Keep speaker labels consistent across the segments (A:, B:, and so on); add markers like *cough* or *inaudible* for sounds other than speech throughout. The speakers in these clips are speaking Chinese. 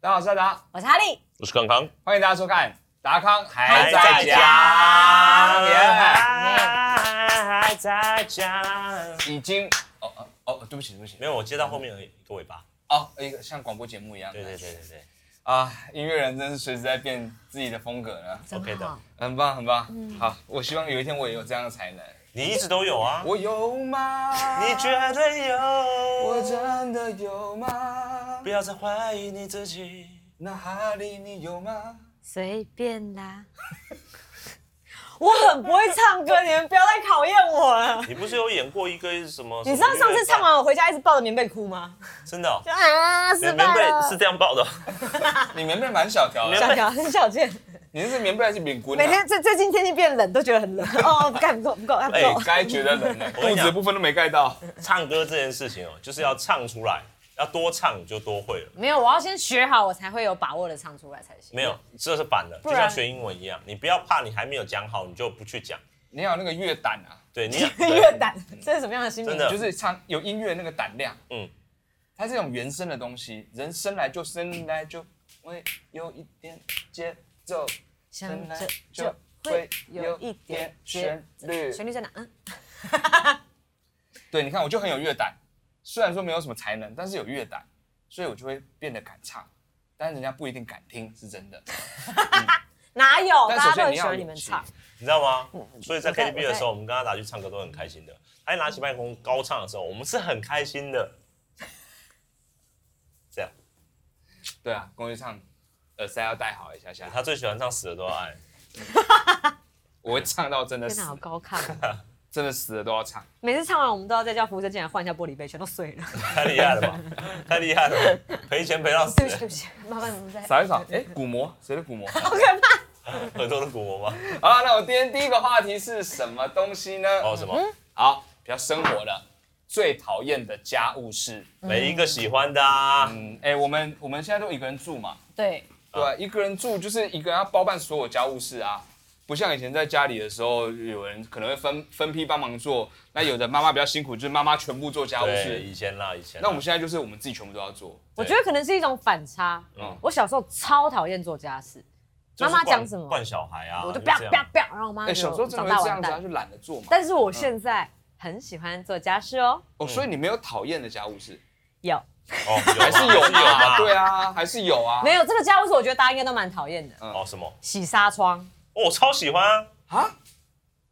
A: 大家好，我是阿达，
B: 我是哈利，
C: 我是康康，
A: 欢迎大家收看《达康还
B: 还
A: 在
B: 在
A: 讲》耶，
C: 还在讲。
A: 已经哦哦哦，对不起对不起
C: 没，有，我接到后面有一个尾巴。
A: 哦一个像广播节目一样，
C: 对对对对对，
A: 啊，音乐人真是随时在变自己的风格呢，
B: 真
C: OK 的
B: 好
A: 很棒很棒，
B: 嗯
A: 好，我希望有一天我也有这样的才能，
C: 你一直都有啊。
A: 我有吗？
C: 你绝对有。
A: 我真的有吗
C: 不？要再怀疑你自己。
A: 那哈利你有吗？
B: 随便啦。 *laughs* 我很不会唱歌，你们不要再考验我了。
C: 你不是有演过一个什么？
B: 你知道上次唱完我回家一直抱着棉被哭吗？
C: 真的哦？
B: 就啊，失
C: 棉
B: 败了
C: 被。是这样抱的哦，
A: 你棉被蛮小条的，
B: 小条很小件，
A: 你是棉被还是饼棍啊？
B: 每天最最近天气变冷，都觉得很冷。哦，不盖不够不够啊不
C: 哎
B: 够。
A: 该觉得冷了，
C: *laughs* 我跟
A: 肚
C: 你
A: 子
C: 讲
A: 的部分都没盖到。
C: 唱歌这件事情哦，就是要唱出来，要多唱你就多会了。
B: 没有，我要先学好，我才会有把握的唱出来才行。
C: 没有，这是反的，就
B: 然
C: 像学英文一样，你不要怕你还没有讲好，你就不去讲。
A: 你要有那个乐胆啊，
C: 对你
B: *laughs* 乐胆，这是什么样的心理？
C: 真的
A: 就是唱有音乐那个胆量。嗯
C: 嗯，
A: 它是一种原生的东西，人生来就生来就会有一点节奏，
B: 想
A: 生来
B: 着
A: 就会
B: 就会
A: 有
B: 有
A: 一
B: 一
A: 点
B: 点
A: 旋律。
B: 旋律在哪？嗯，
A: 对，你看我就很有乐胆，虽然说没有什么才能，但是有乐胆，所以我就会变得敢唱，但是人家不一定敢听，是真的。
B: 哪有？
A: 但
B: 哦大
A: 首
B: 家都
A: 先你
B: 很喜
A: 要
B: 欢
A: 有
B: 你们
A: 勇气
B: 唱。
C: 你知道吗？所以在
B: 我在
C: KTV 的时候，我们跟他打去唱歌都很开心的。他一拿起麦克风高唱的时候，我们是很开心的。这样，
A: 对啊，公益唱，耳塞要戴好一下下，
C: 他最喜欢唱《死了都要爱》，
A: 我会唱到真的
B: 天哪，好
A: 死，
B: 高亢！啊
A: 真的死了都要唱。
B: 每次唱完，我们都要再叫服务生进来换一下玻璃杯，全都碎了。
C: 太厉害了吧！太厉害了吧，赔钱赔到死
B: 对，不起，对不起，麻烦你们再。
A: 扫一扫，哎，鼓膜，谁的鼓膜？
C: 很多的鼓膜吗？
A: 好，那我今天第一个话题是什么东西呢？
C: 哦，什么？
A: 好，比较生活的，最讨厌的家务事。
C: 每一个喜欢的啊，
A: 嗯，哎、我们我们现在都一个人住嘛，
B: 对，
A: 对啊吧、一个人住就是一个人要包办所有家务事啊，不像以前在家里的时候，有人可能会分分批帮忙做。那有的妈妈比较辛苦，就是妈妈全部做家务
C: 对，
A: 事。
C: 以前啦，以前啦。
A: 那我们现在就是我们自己全部都要做。
B: 我觉得可能是一种反差。
A: 嗯
B: 我小时候超讨厌做家事，
C: 就是
B: 妈妈
C: 惯
B: 讲什么
C: 惯小孩啊，
B: 我就不
C: 这
B: 要
C: 样
B: 不要不要，然后我妈
A: 哎、
B: 就
A: 小时候真的
B: 长
A: 会
B: 大
A: 这样
B: 完
A: 子啊，
B: 蛋。
A: 就懒得做嘛。
B: 但是我现在很喜欢做家事哦，
A: 哦，所以你没有讨厌的家务事，
B: 有
C: 哦，
A: 还
C: 还
A: 是有嘛？对
C: 啊。
A: 啊，还是有啊。
B: 没有这个家务事，我觉得大家应该都蛮讨厌的。
C: 哦，什么？
B: 洗纱窗，
C: 哦，我超喜欢啊，
A: 啊，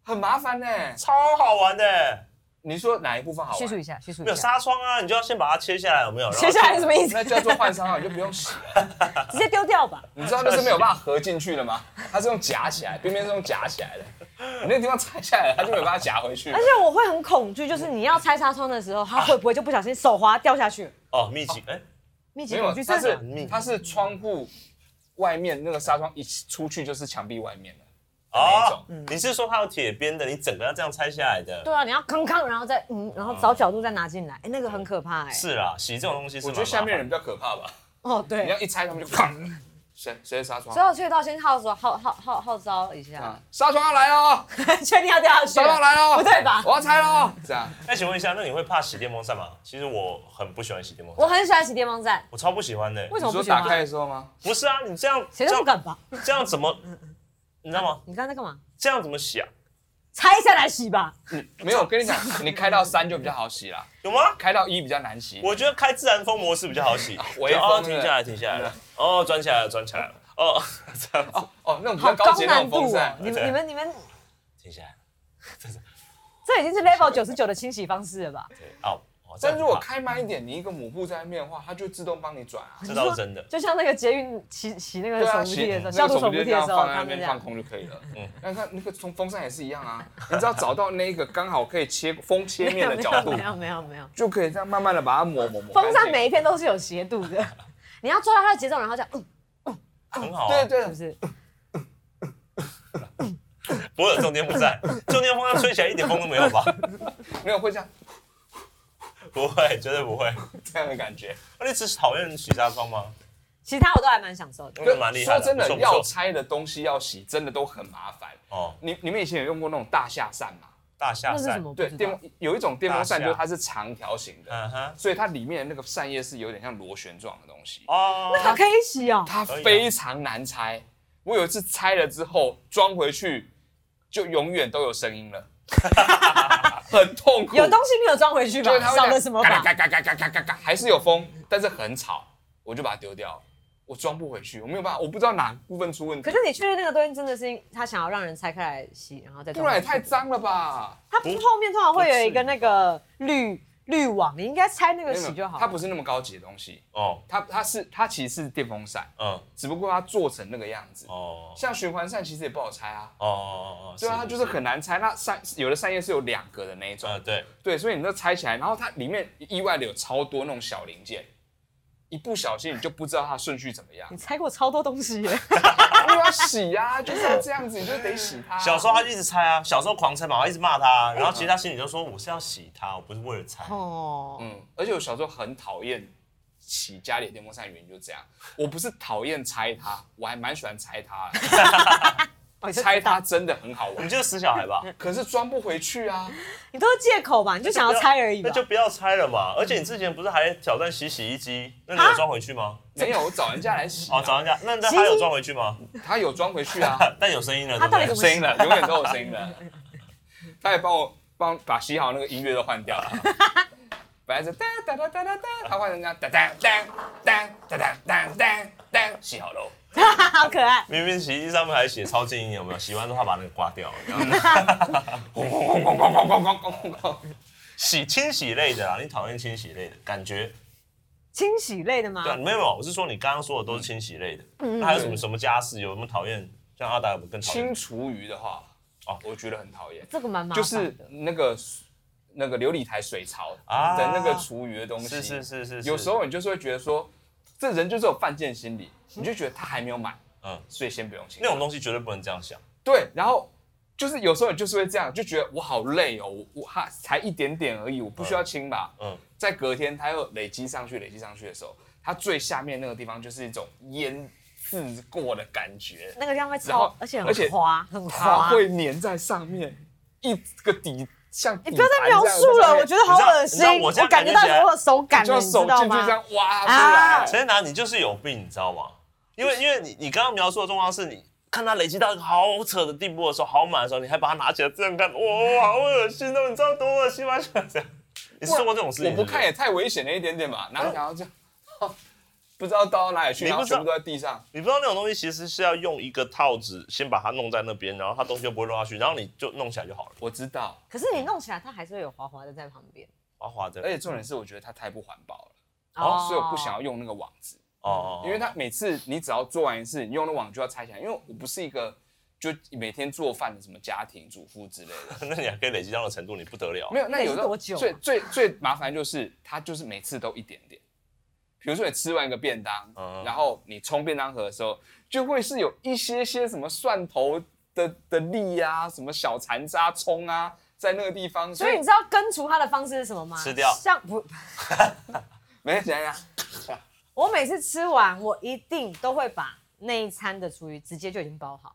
A: 很麻烦呢、
C: 超好玩的。
A: 你说哪一部分好
B: 叙述
A: 玩？
B: 一下，叙述
C: 没有
B: 一下。
C: 纱窗啊，你就要先把它切下来，有没有？然后
B: 接下来是什么意思
A: 那？叫做换商号，你就不用洗了。
B: 直接丢掉吧。
A: 你知道那是没有办法合进去的吗？它是用夹起来，边边是用夹起来的。你那个地方拆下来，它就没有办法夹回去
B: 而。且我会很恐惧，就是你要拆纱窗的时候，它会不会就不小心手滑掉下去？
C: 哦，秘籍，哎，
B: 密集
A: 没
B: 恐
A: 有
B: 惧，
A: 它
B: 症。啊
A: 是
C: 命
A: 它是窗户外面那个纱窗一出去就是墙壁外面的。那一
C: 哦
A: 种，
C: 你是说它有铁边的，你整个要这样拆下来的？
B: 对啊，你要康康，然后再嗯，然后找角度再拿进来，哎、那个很可怕哎、
C: 是啦，洗这种东西是
A: 我
C: 蛮
A: 觉得下面人比
C: 麻
A: 较可怕吧。
B: 哦，
A: 你
B: 对
A: 要。一拆，他们就砰。谁谁的纱窗
B: *laughs* 所？以我去到先号召号号号号召一下
A: 啊，，纱窗要来了哦，
B: *laughs* 确定要掉下去
A: 纱窗要来了哦。
B: 啊不对吧
A: 我要拆了哦。这样，
C: 烦。哎，请问一下，那你会怕洗电风扇吗？其实我很不喜欢洗电风
B: 我
C: 扇，
B: 很喜欢洗电风扇，
C: 我超不喜欢的。
B: 为什
A: 你
B: 么
A: 说
B: 不喜
A: 打开
B: 欢？
A: 的时候吗？
C: 不是啊，你这样
B: 谁都
C: 这样
B: 不敢吧？
C: 这样怎么，你知道吗？
B: 你刚才在干嘛？
C: 这样怎么洗啊？
B: 拆下来洗吧。
A: 没有，我跟你讲，你开到三就比较好洗啦，
C: 有吗？
A: 开到一比较难洗。
C: 我觉得开自然风模式比较好 *laughs* 洗。
A: 微风
C: 哦
A: 对不对
C: 停下来，停下来了。哦，转起来了，转起来了。哦，这样子。
A: 哦，那种比
B: 好
A: 较
B: 高
A: 高级的那种
B: 难
A: 风
B: 度哦
A: 扇！，
B: 你们你们你们，
C: 停下来。
B: 这已经是 level 九十九的清洗方式了吧？
C: 对，哦，哦这
A: 但
C: 样
A: 如果
C: 很怕
A: 开慢一点，你一个抹布在那边的话，它就自动帮你转啊。
C: 这倒是真的。
B: 就像那个捷运洗洗嗯那个
A: 对
B: 手
A: 啊，
B: 扶梯的时
A: 那
B: 候，
A: 个
B: 消毒手
A: 手
B: 扶梯
A: 这
B: 的
A: 样
B: 时候，
A: 放在
B: 他
A: 那
B: 们
A: 边
B: 这
A: 放
B: 样。
A: 空就可以了。嗯，那看那个风风扇也是一样啊，你只要找到那个刚好可以切风切面的角度
B: *laughs* 没，有没有没有，
A: 就可以这样慢慢的把它抹抹抹。
B: 风扇每一片都是有斜度的，你要抓到它的节奏，然后这样，嗯，
C: 很好、啊，
A: 对对
B: 是不是？
C: 不会有中间不在，中间风要吹起来一点风都没有吧？ *laughs*
A: 对，没有会这样
C: 不会，绝对不会。
A: 这样的感觉。
C: 那你只是讨厌洗纱窗吗？
B: 其他我都还蛮享受的。
C: 那蛮厉害
A: 说真的
C: 不错，不错
A: 要拆的东西要洗，真的都很麻烦。
C: 哦，
A: 你你们以前有用过那种大下扇吗？
C: 大下
B: 那是什
C: 扇，
B: 么？
A: 啊对，电风有一种电风扇，就是它是长条形的，
C: 嗯哼，
A: 所以它里面的那个扇叶是有点像螺旋状的东西，
C: 哦，
B: 它可以洗哦。
A: 它
C: 可以啊
A: 非常难拆。我有一次拆了之后装回去，就永远都有声音了，很痛苦。
B: 有东西没有装回去吧
A: 就是？它会
B: 少了什么
A: 嘎
B: 吧？
A: 嘎嘎嘎嘎嘎嘎嘎，还是有风，但是很吵，我就把它丢掉了，我装不回去，我没有办法，我不知道哪部分出问题
B: 可。是你确定那个东西真的是他想要让人拆开来洗，然后再
A: 不然也太脏了吧？
B: 它后面通常会有一个那个滤滤网，你应该拆那个洗就好了。
A: 哦它不是那么高级的东西，
C: 哦，
A: 它它是它其实是电风扇，
C: 嗯，
A: 只不过它做成那个样子。
C: 哦，
A: 像循环扇其实也不好拆啊，
C: 哦哦哦，
A: 对啊，它就是很难拆。那扇有的扇叶是有两个的那一种，
C: 啊，对，
A: 对，所以你那拆起来，然后它里面意外的有超多那种小零件，一不小心你就不知道它顺序怎么样
C: *laughs*
B: 你，拆过超多东
A: *laughs*
B: 西耶，
A: 因为要洗啊，就是要这样子，你就得洗它。
C: 小时候他就一直猜啊，小时候狂猜嘛，我一直骂他，然后其实他心里就说我是要洗他，我不是为了猜。
B: 哦，
A: 嗯，而且我小时候很讨厌洗家里的电风扇，原因就这样。我不是讨厌拆它，我还蛮喜欢拆
C: *laughs*
A: 它的，
B: 哦你就
A: 拆它真的很好玩
C: 你。就是死小孩吧？
A: 可是装不回去啊！
B: 你都是借口吧？你就想要拆而已吧
C: 那？就不要拆了嘛。而且你之前不是还挑战洗洗衣机，那你有装回去吗？
A: 没有，我找人家来洗、啊
C: 哦，找人家，那那他有装回去吗？
A: 他有装回去啊，
C: 但有声音了，
B: 他到
C: 对不
B: 底
A: *laughs*
C: 对
A: 有？声音
C: *laughs*
A: 了，永远都有声音了。他也帮我帮把洗好那个音乐都换掉
C: *laughs*
A: 了，本来是哒哒哒哒哒哒，他换成这样哒哒哒哒哒哒哒哒哒，洗好喽。
B: *laughs* 好可爱，
C: 明明洗衣机上面还写超静音，有没有？洗完之后他把那个刮掉，然后
A: 轰轰轰轰轰轰轰轰轰轰！
C: 洗清洗类的啦，你讨厌清洗类的感觉？
B: 清洗类的吗
C: 对、？啊，没有没有，我是说你刚刚说的都是清洗类的。那还有什么什么家事？有没有讨厌？像阿达有没有更讨
A: 嗯
C: 厌
A: 清？厨余的话，哦，我觉得很讨厌。
B: 这个蛮麻
A: 就
B: 烦的
A: 是那个那个琉璃台水槽
C: 啊
A: 的那个厨余的东西，
C: 是是是是是，
A: 有时候你就是会觉得说，这人就是有犯贱心理，你就觉得他还没有买，
C: 嗯
A: 所以先不用清
C: 那。种东西绝对不能这样想。
A: 对，然后就是有时候你就是会这样，就觉得我好累哦，我我哈才一点点而已，我不需要清吧。
C: 嗯，
A: 在隔天它又累积上去，累积上去的时候，它最下面那个地方就是一种腌制过的感觉，
B: 那个地方会
A: 然
B: 超
A: 后，
B: 而且
A: 而
B: 很
A: 且
B: 滑，很
A: 它
B: 滑。
A: 会粘在上面，一个底像
B: 你
A: 底
B: 不要再
A: 盘这样
B: 描
A: 在上
B: 述了，
A: 面
B: 我觉得好恶
C: 你知
B: 心，
C: 道我这样
B: 感觉
C: 感
B: 到
C: 觉起来
B: 有手感
A: 就
B: 了，
A: 要
B: 你知
A: 手进
B: 道
A: 去这
B: 吗？
A: 样挖出
B: 啊
A: 来。
C: 陈建达，你就是有病，你知道吗？因为因为你你刚刚描述的状况是你看他累积到一个好扯的地步的时候，好满的时候，你还把它拿起来这样看，哇，好恶心哦！你知道多恶心吗？ *laughs* 这样，你是做过这种事情？
A: 我不看
C: 是
A: 也太危险了一点点吧，哪想要这样， *laughs* 不知道倒到哪里去，
C: 你
A: 然
C: 不
A: 后
C: 知道
A: 全部都在地上。
C: 是，你不知道那种东西其实是要用一个套子先把它弄在那边，然后它东西就不会落下去，然后你就弄起来就好了，
A: 我知道，
B: 可是你弄起来，它还是会有滑滑的在旁边。
C: 滑滑的。
A: 而且重点是我觉得它太不环保了，
B: 哦
A: 所以我不想要用那个网子，
C: 哦
A: 因为它每次你只要做完一次，你用的网就要拆起来，因为我不是一个就每天做饭的什么家庭主妇之类的，
C: 那你还可以累积到那种程度，你不得了
A: 没。有。那有时候
B: 那你是多久啊
A: 最最最麻烦就是它就是每次都一点点。比如说你吃完一个便当，
C: 嗯
A: 然后你冲便当盒的时候，就会是有一些些什么蒜头的的粒啊，什么小残渣、葱啊，在那个地方，
B: 所以你知道根除它的方式是什么吗？
C: 吃掉
B: 像不，
A: 没想想，
B: 我每次吃完，我一定都会把那一餐的厨余直接就已经包好。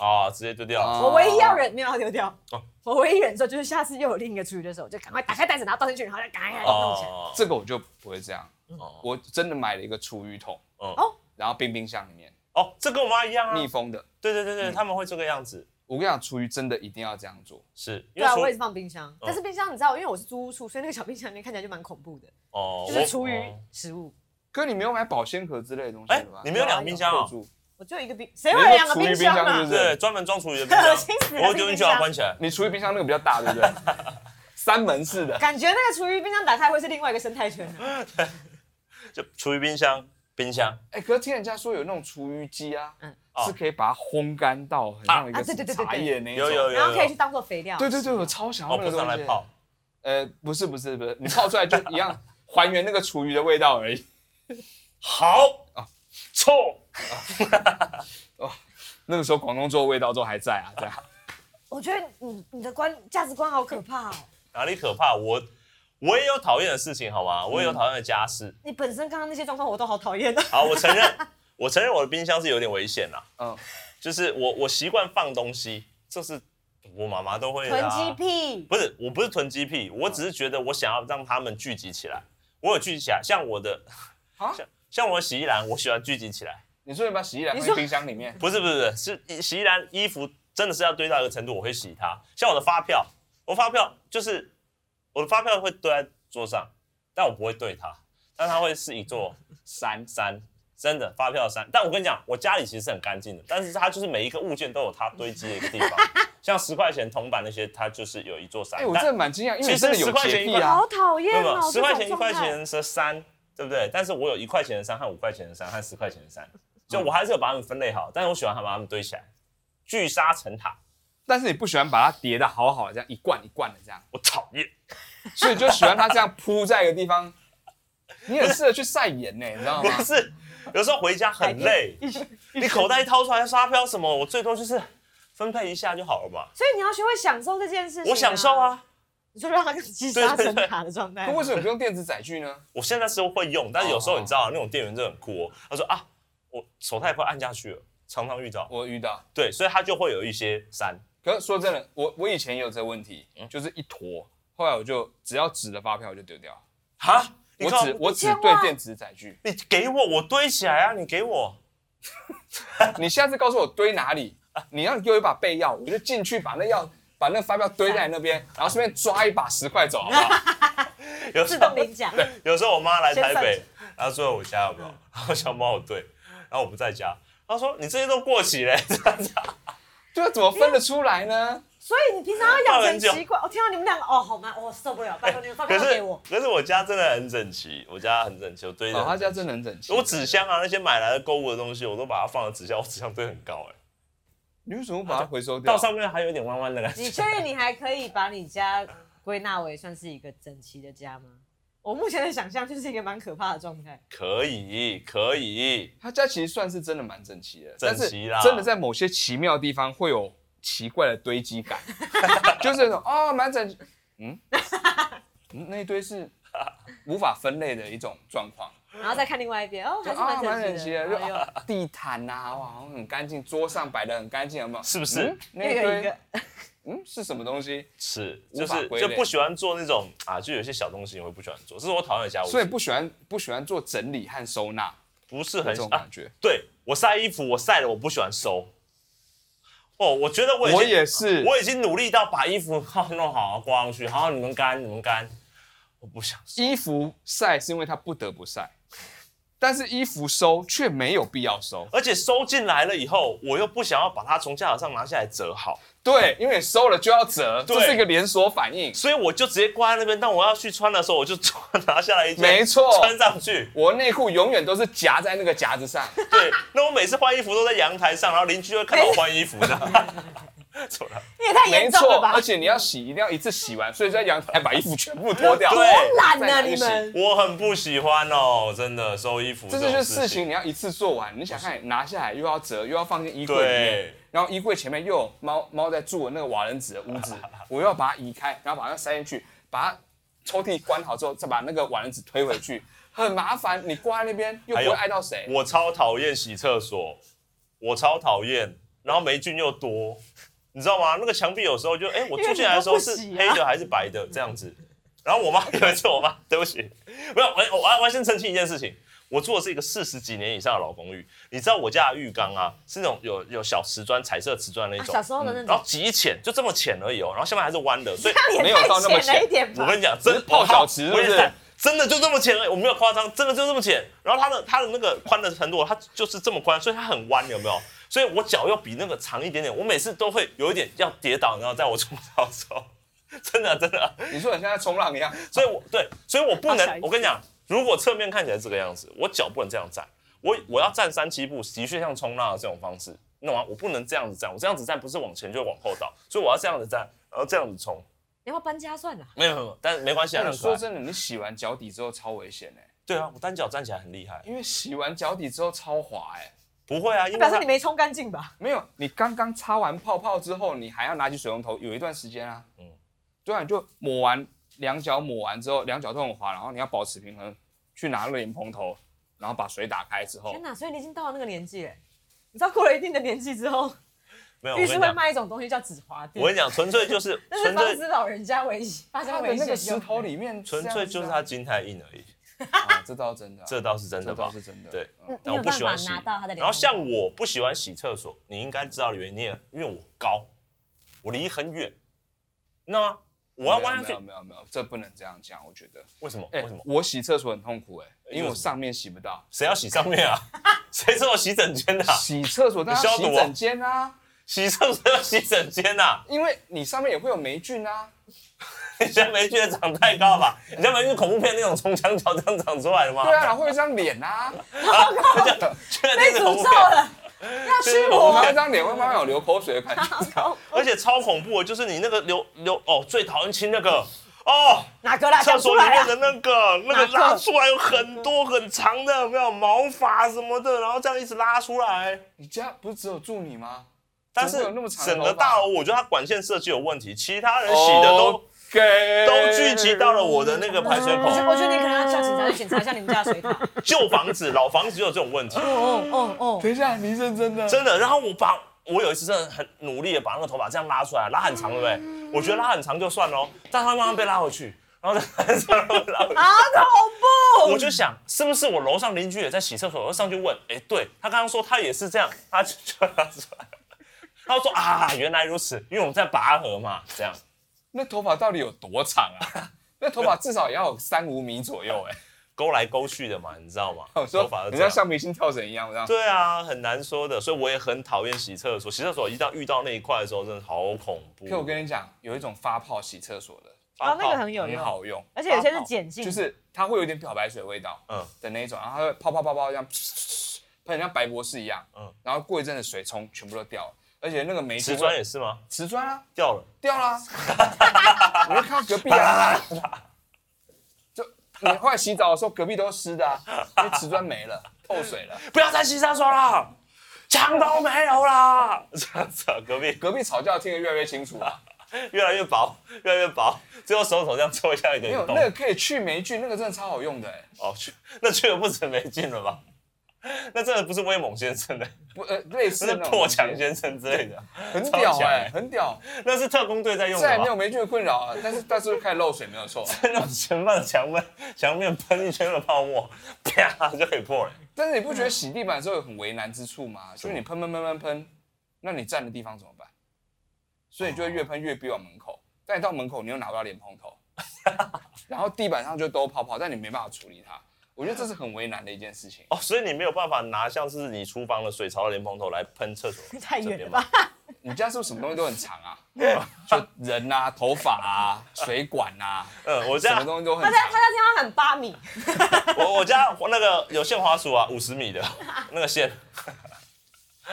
C: 哦，直接丢掉。
A: 哦
B: 我唯一要忍没有要丢掉，
C: 哦
B: 我唯一忍受就是下次又有另一个厨余的时候，就赶快打开袋子，然后倒进去，然后再赶快弄起来。
C: 哦，
A: 这个我就不会这样。
C: 哦
A: 我真的买了一个厨余桶，
C: 嗯
B: 哦
A: 然后冰冰箱里面
C: 哦，这跟我妈一样啊。
A: 密封的。
C: 对对对
A: 嗯
C: 对，他们会这个样子，
A: 我跟你讲，厨余真的一定要这样做。
C: 是因
B: 对
C: 为哦
B: 啊，
C: 除
B: 我也是放冰箱，但是冰箱你知道，因为我是租屋处，所以那个小冰箱里面看起来就蛮恐怖的，
C: 哦
B: 就是
C: 我
B: 厨余
C: 哦
B: 食物。
A: 可你没有买保鲜盒之类的东西
C: 哎
A: 了吧？
C: 你没有两冰箱哦
A: 扣住
B: 我就一个冰，谁会有两个冰
A: 你说厨
B: 箱
A: 余冰箱是不
B: 啊？
A: 是
C: 对，专门哦装厨余的冰箱
B: *laughs* 恶心死，了
C: 我会丢进去，
B: 那个冰箱
C: 然后关起来。
A: 你厨余冰箱那个比较大，对
C: *laughs*
A: 不对？三门式的，
B: 感觉那个厨余冰箱打开会是另外一个生态圈啊、
C: 就厨余冰箱，冰箱
A: 哎、可是听人家说有那种厨余机啊，
B: 嗯
C: 哦
A: 是可以把它烘干到很像一
B: 啊
A: 个
B: 啊对对对对对
A: 茶叶那一种。
C: 有有有
B: 然后可以去当做肥料。
A: 对对对，我超想要
C: 哦，
A: 那
C: 不
A: 个
C: 上
A: 东
C: 来
A: 西。
C: 泡。
A: 呃，不是不是不 *laughs* 是，你泡出来就一样还原那个厨余的味道而
C: *laughs*
A: 已。哦
C: 好臭，
A: 那个时候广东粥的味道都还在啊，这样。
B: 我觉得你你的观价值观好可怕哦！
C: 哪里可怕？我我也有讨厌的事情，好吗？我
A: 嗯
C: 也有讨厌的家事。
B: 你本身刚刚那些状况我都好讨厌的。啊
C: 好，我承认，我承认我的冰箱是有点危险啦，
A: 嗯，
C: 就是我我习惯放东西，这是很我妈妈都会的
B: 囤
C: 啊
B: 积癖，
C: 不是，我不是囤积癖，
A: 嗯
C: 我只是觉得我想要让他们聚集起来。我有聚集起来，像我的，
A: 啊
C: 像像我的洗衣篮，我喜欢聚集起来。
A: 你说你把洗衣篮
B: 你
A: 放
B: 说
A: 在冰箱里面，
C: 不是不是不是，是洗衣篮衣服真的是要堆到一个程度，我会洗它。像我的发票，我发票就是我的发票会堆在桌上，但我不会对它，但它会是一座山山，真的发票山。但我跟你讲，我家里其实是很干净的，但是它就是每一个物件都有它堆积的一个地
A: *laughs*
C: 方，像十块钱铜板那些，它就是有一座山。
A: 哎、我
C: 但
A: 真的蛮惊讶，因为你
C: 其实
A: 真的有
C: 10块
A: 洁
C: 钱一
A: 癖
C: 块
A: 啊。
B: *laughs* 好讨
C: 没有
B: 厌
C: 没有
B: 哦！
C: 十块钱、
B: 这
C: 一
B: 种
C: 块
B: 状态
C: 钱的三，对不对？但是我有一块钱的三和五块钱的三和十块钱的三，就我还是有把它们分类好，但是我喜欢它把它们堆起来，聚沙成塔，
A: 但是你不喜欢把它叠的好好的，这样一罐一罐的这样，
C: 我讨厌。
A: 所以就喜欢它这样铺在一个地方。你很适合去晒盐呢、你知道
C: 不 *laughs*
A: 吗？
B: *laughs*
C: 是，有时候回家很累，你口袋一掏出来沙飘什么，我最多就是分配一下就好了嘛。
B: 所以你要学会享受这件事情。
C: 我享受，啊，
B: 你就让它积沙成塔的状态
A: 那。为什么不用电子载具呢？
C: 我现在是会用，但是有时候你知道那种店员真的很酷、哦，他说啊，我手太快按下去了，常常遇到。
A: 我遇到，
C: 对，所以他就会有一些山，
A: 可是说真的，我我以前也有这个问题，就是一坨，后来我就只要纸的发票我就丢掉，
C: 哈，你
A: 我
C: 看
A: 只我只
B: 千万
A: 对电子载具。
C: 你给我，我堆起来啊！你给我，
A: 你下次告诉我堆哪里，你要给我一把备药，我就进去把那药把那发票堆在那边，然后顺便抓一把十块走，好不好？
C: 有
B: 自
C: 时
B: 动
C: 候
B: 领奖，
C: *laughs* 有时候我妈来台
B: 先嗯
C: 北，然后说我家有没有， *laughs* 然后想帮我对，然后我不在家，她说你这些都过期嘞，这样子
A: 对啊，怎么分得出来呢？
B: 所以你平常要养成习惯。我听到你们两个哦，好吗？我受不了，拜托你们发
C: *laughs* 可
B: 票
C: 是
B: 给我。
C: 可是我家真的很整齐，我家很整齐，我堆
A: 哦，他
C: 的。
A: 家真的很整齐。
C: 我纸，箱啊，那些买来的购物的东西，我都把它放在纸箱，我纸箱堆很高哎、
A: 你为什么不把它回收掉
C: 到？上面还有一点弯弯的感
B: 你
C: 觉。
B: 确定你还可以把你家归纳为算是一个整齐的家吗？嗯我目前的想象就是一个蛮可怕的状态。
C: *laughs* 可以可以，
A: 他家其实算是真的蛮整齐的，
C: 整齐啦
A: 但是真的在某些奇妙的地方会有奇怪的堆积感， *laughs* 就是那种哦，蛮整齐，嗯，嗯那一堆是无法分类的一种状况。
B: 然后再看另外一边，哦，
A: 就
B: 还是
A: 啊，
B: 蛮
A: 蛮整
B: 整
A: 齐
B: 齐
A: 的，
B: 的。
A: 就
B: 哎呦
A: 啊地毯呐，哇，好像很干净，桌上摆的很干净，有没有？
C: *laughs* 是不是
A: 嗯那
B: 又有一
A: 堆
B: 个，
A: 嗯是什么东西？
C: 是
A: 无
C: 就
A: 法
C: 是
A: 归
C: 就
A: 类
C: 不喜欢做那种啊，就有些小东西我会不喜欢做，这是我讨厌的家务事。
A: 所以不喜欢不喜欢做整理和收纳
C: 不是
A: 这
C: 很
A: 种
C: 啊
A: 感，觉。
C: 对我晒衣服，我晒了我不喜欢收。哦，我觉得我已经
A: 我也 *laughs* 是，
C: 我已经努力到把衣服好弄好挂上去，好你们干你们干，我不想收。
A: 衣服晒是因为它不得不晒，但是衣服收却没有必要收。
C: 而且收进来了以后，我又不想要把它从架子上拿下来折好，
A: 对，因为收了就要折，
C: 对
A: 这是一个连锁反应。
C: 所以我就直接挂在那边。当我要去穿的 *laughs* 时候，我就拿下来一件，
A: 没错
C: 穿上去。
A: 我内裤永远都是夹在那个夹子上，
C: 对，那我每次换衣服都在阳台上，然后邻居会看到我换衣服的。
A: *laughs*
C: 怎么了？
B: 你也太
A: 没
B: *laughs* 严重了
A: 错，
B: 吧
A: 而？且你要洗，一定要一次洗完，所以在阳台把衣服全部脱掉。
C: 对
B: 多懒
A: 再拿
B: 啊你
A: 去洗
B: 们！
C: 我很不喜欢哦，真的收衣服
A: 这
C: 种
A: 就是
C: 事
A: 事情，你要一次做完。你想看，拿下来又要折，又要放进衣柜里面
C: 对，
A: 然后衣柜前面又有猫猫在住的那个瓦楞纸的屋
C: *laughs*
A: 子，我又要把它移开，然后把它塞进去，把它抽屉关好之后，再把那个瓦楞纸推回去，很麻烦。你挂在那边又不
C: 还
A: 会
C: 有
A: 碍到谁。
C: 我超讨厌洗厕所，我超讨厌，然后霉菌又多，你知道吗？那个墙壁有时候就，哎、我住进来的时候是
B: 因为你
C: 黑
B: 都不洗啊
C: 的还是白的这样子。然后我妈有一次，我妈对不起，没有，我我我要先澄清一件事情，我住的是一个四十几年以上的老公寓，你知道我家的浴缸啊是那种有有小瓷砖、彩色瓷砖那
B: 啊
C: 种，
B: 小时候的那
C: 然
B: 种
C: 后，极浅，就这么浅而已哦，然后下面还是弯的，所以
B: 那也
A: 没有到那么
B: 太
A: 浅
B: 了一点
C: 我
B: 吧？
C: 跟你讲，真
A: 是泡脚池
C: 我也
A: 是不是
C: 看真的就这么浅而已，我没有夸张，真的就这么浅。然后它的它的那个宽的程度，它就是这么宽，所以它很弯，有没有？所以我脚又比那个长一点点，我每次都会有一点要跌倒，然后在我冲澡的时候，真的啊真的，
A: 你说你像在冲浪一样，
C: 所以我对，所以我不
B: 好小一点
C: 能，我跟你讲，如果侧面看起来这个样子，我脚不能这样站，我我要站三七步，的确像冲浪的这种方式，你懂吗？我不能这样子站，我这样子站不是往前就是往后倒，所以我要这样子站，然后这样子冲，
B: 你要不要搬家算了？
C: 没有没有没有，但是没关系啊，
A: 但
C: 很
A: 你
C: 可爱
A: 说真的，你洗完脚底之后超危险哎，
C: 对啊，我单脚站起来很厉害。
A: 因为洗完脚底之后超滑哎。
C: 不会啊，
B: 那
C: 因为
B: 表示
C: 它
B: 你没冲干净吧？
A: 没有，你刚刚擦完泡泡之后，你还要拿起水龙头，有一段时间啊。嗯
C: 嗯，
A: 对啊，你就抹完两脚，抹完之后两脚都很滑，然后你要保持平衡，去拿那个莲蓬头，然后把水打开之后
C: 哦
B: 天，哪！所以你已经到了那个年纪了，你知道过了一定的年纪之后，
C: 没有，我
B: 律
C: 跟
B: 师
C: 你
B: 会
C: 讲，
B: 卖一种东西叫紫花
C: 我跟
B: 锭，
C: 你讲，纯粹就是
B: *laughs* 那是
C: 纯
B: 防
C: 粹
B: 止老人家危险发
A: 他
B: 生
A: 的
B: 危
A: 那个
B: 险
A: 石
B: 用。
A: 头里面
C: 纯粹
B: 啊
C: 就是他金太硬而已，
A: 他，这倒真的啊，
C: 这倒是真
A: 这
C: 的
A: 倒
C: 吧？
A: 是真的，
C: 对
A: 嗯，
B: 你
C: 但我
B: 有
C: 不
B: 办
C: 喜
B: 法
C: 欢洗
B: 拿到他的脸。
C: 然后像我不喜欢洗厕所，你应该知道的原因，你也啊因为我高，我离很远，那我要弯下
A: 没有
C: 去，
A: 没有没有，这不能这样讲，我觉得。
C: 为什么？
A: 哎
C: 为什么，？
A: 我洗厕所很痛苦哎，因为
C: 为
A: 我
C: 什么
A: 上面洗不到，
C: 谁要洗上面
A: *laughs*
C: 啊？谁说我洗整间的啊？
A: 洗厕所当然要
C: 消毒
A: 洗
C: 啊
A: 整间啊，
C: 洗厕所要洗整间呐、
A: 因为你上面也会有霉菌啊。
C: 你家霉菌也长太
A: *laughs*
C: 高吧？你家霉菌恐怖片那种从墙角这样长出来的吗？
A: 对啊，然后会有一张脸啊，
C: *laughs*
B: 被诅咒
C: 确定是恐怖片，
B: 了，要驱
A: 我
B: 魔
A: 后。一张脸会慢慢有流口水的感觉。
C: 而且超恐怖的，就是你那个流流哦，最讨厌亲那个哦，
B: 哪个啦？
C: 厕
B: 讲
C: 所
B: 出
C: 里
B: 来
C: 面
B: 啊！
C: 的那个那
B: 哪
C: 个
B: 个
C: 拉出来有很多很长的，有没有毛发什么的，然后这样一直拉出来。
A: 你家不是只有住你吗？
C: 但是
A: 怎么会有那么长的
C: 整个
A: 头发
C: 大楼，我觉得它管线设计有问题，其他人洗的
B: 哦
C: 都
A: OK
C: 都聚集到了我的那个排水
B: 我觉
C: 孔。
B: 得我觉得你可能要叫警察去检查一下你们家的水塔。
C: 旧房子、老房子就有这种问题，
B: 哦哦
C: *laughs*
B: 哦，
A: 等一下，你认真的？
C: 真的。然后我把我有一次真的很努力的把那个头发这样拉出来，拉很长，对不对？我觉得拉很长就算了，但它慢慢被拉回去，然后再 *laughs* 拉长慢慢拉回去。
B: 好恐怖！
A: 嗯
C: 我就想，是不是我楼上邻居也在洗厕所？我就上去问，哎、对他刚刚说他也是这样，他就就拉出来。他说啊，原来如此，因为我们在拔河嘛，这样。
A: 那头发到底有多长啊？ *laughs* 那头发至少也要有三五米左右
C: *laughs*
A: 哎。
C: 勾来勾去的嘛，你知道吗？
A: 我
C: 头发
A: 说，
C: 都
A: 你
C: 这样
A: 像橡皮筋跳绳一样，这样。
C: 对啊，很难说的，所以我也很讨厌洗厕所。洗厕所一到遇到那一块的时候，真的好恐怖。
A: 可我跟你讲，有一种发泡洗厕所的，
B: 啊那个很有
A: 很
B: 用
A: 好用，
B: 而且有些是碱性，，
A: 就是它会有点漂白水味道，
C: 嗯
A: 嗯的那一种，然后它会泡泡泡泡这样，喷得像白博士一样，
C: 嗯
A: 嗯，然后过一阵子水冲全部都掉了，而且那个霉
C: 瓷
A: 菌会
C: 砖也是吗？
A: 瓷砖啊
C: 掉了，
A: 掉啦， *laughs* 我就看到隔壁啊，就你后来洗澡的时候隔壁都是湿的啊，因为瓷砖没了，透水了，
C: 不要再洗厕所了，墙都没有啦。这样子啊，隔壁
A: 隔壁吵架听得越来越清楚啊了，
C: 越来越薄，越来越薄，最后手肘这样戳一下有
A: 没有
C: 点洞
A: 那。个可以去霉菌，那个真的超好用的欸，
C: 哦， *laughs* 去那去了不止没劲了吧？那真的不是威猛先
A: *laughs*
C: 生的，
A: 不呃类似
C: 那
A: 的那
C: 是
A: 种
C: 破
A: 东西
C: 墙先生之类的，
A: 很
C: 超
A: 屌
C: 强
A: 哎
C: 欸，
A: 很屌。
C: 那是特工队在用
A: 再
C: 的
A: 也没
C: 吧
A: 有？霉菌的困扰啊，但是但是开始漏水没有错，
C: 那种前半墙面墙面喷一圈的泡沫，啪就可以破了。
A: 但是你不觉得洗地板的时候有很为难之处吗？就是你喷喷喷喷喷，那你站的地方怎么办？所以你就会越喷越逼往门口，但你到门口你又拿不到莲蓬头，然后地板上就都泡泡，但你没办法处理它。我觉得这是很为难的一件事情。
C: 哦，所以你没有办法拿像是你厨房的水槽的莲蓬头来喷厕所
B: *laughs* 太远了吧？
A: 你家是不是什么东西都很长啊？就人啊、头发啊、水管啊，
C: 嗯，我
A: 什
C: 家
A: 么东西都很
B: 他在
A: 长
B: 他。在天花板八米，
C: 我我家那个有线滑鼠啊，五十米的那
A: *laughs*
C: 个线，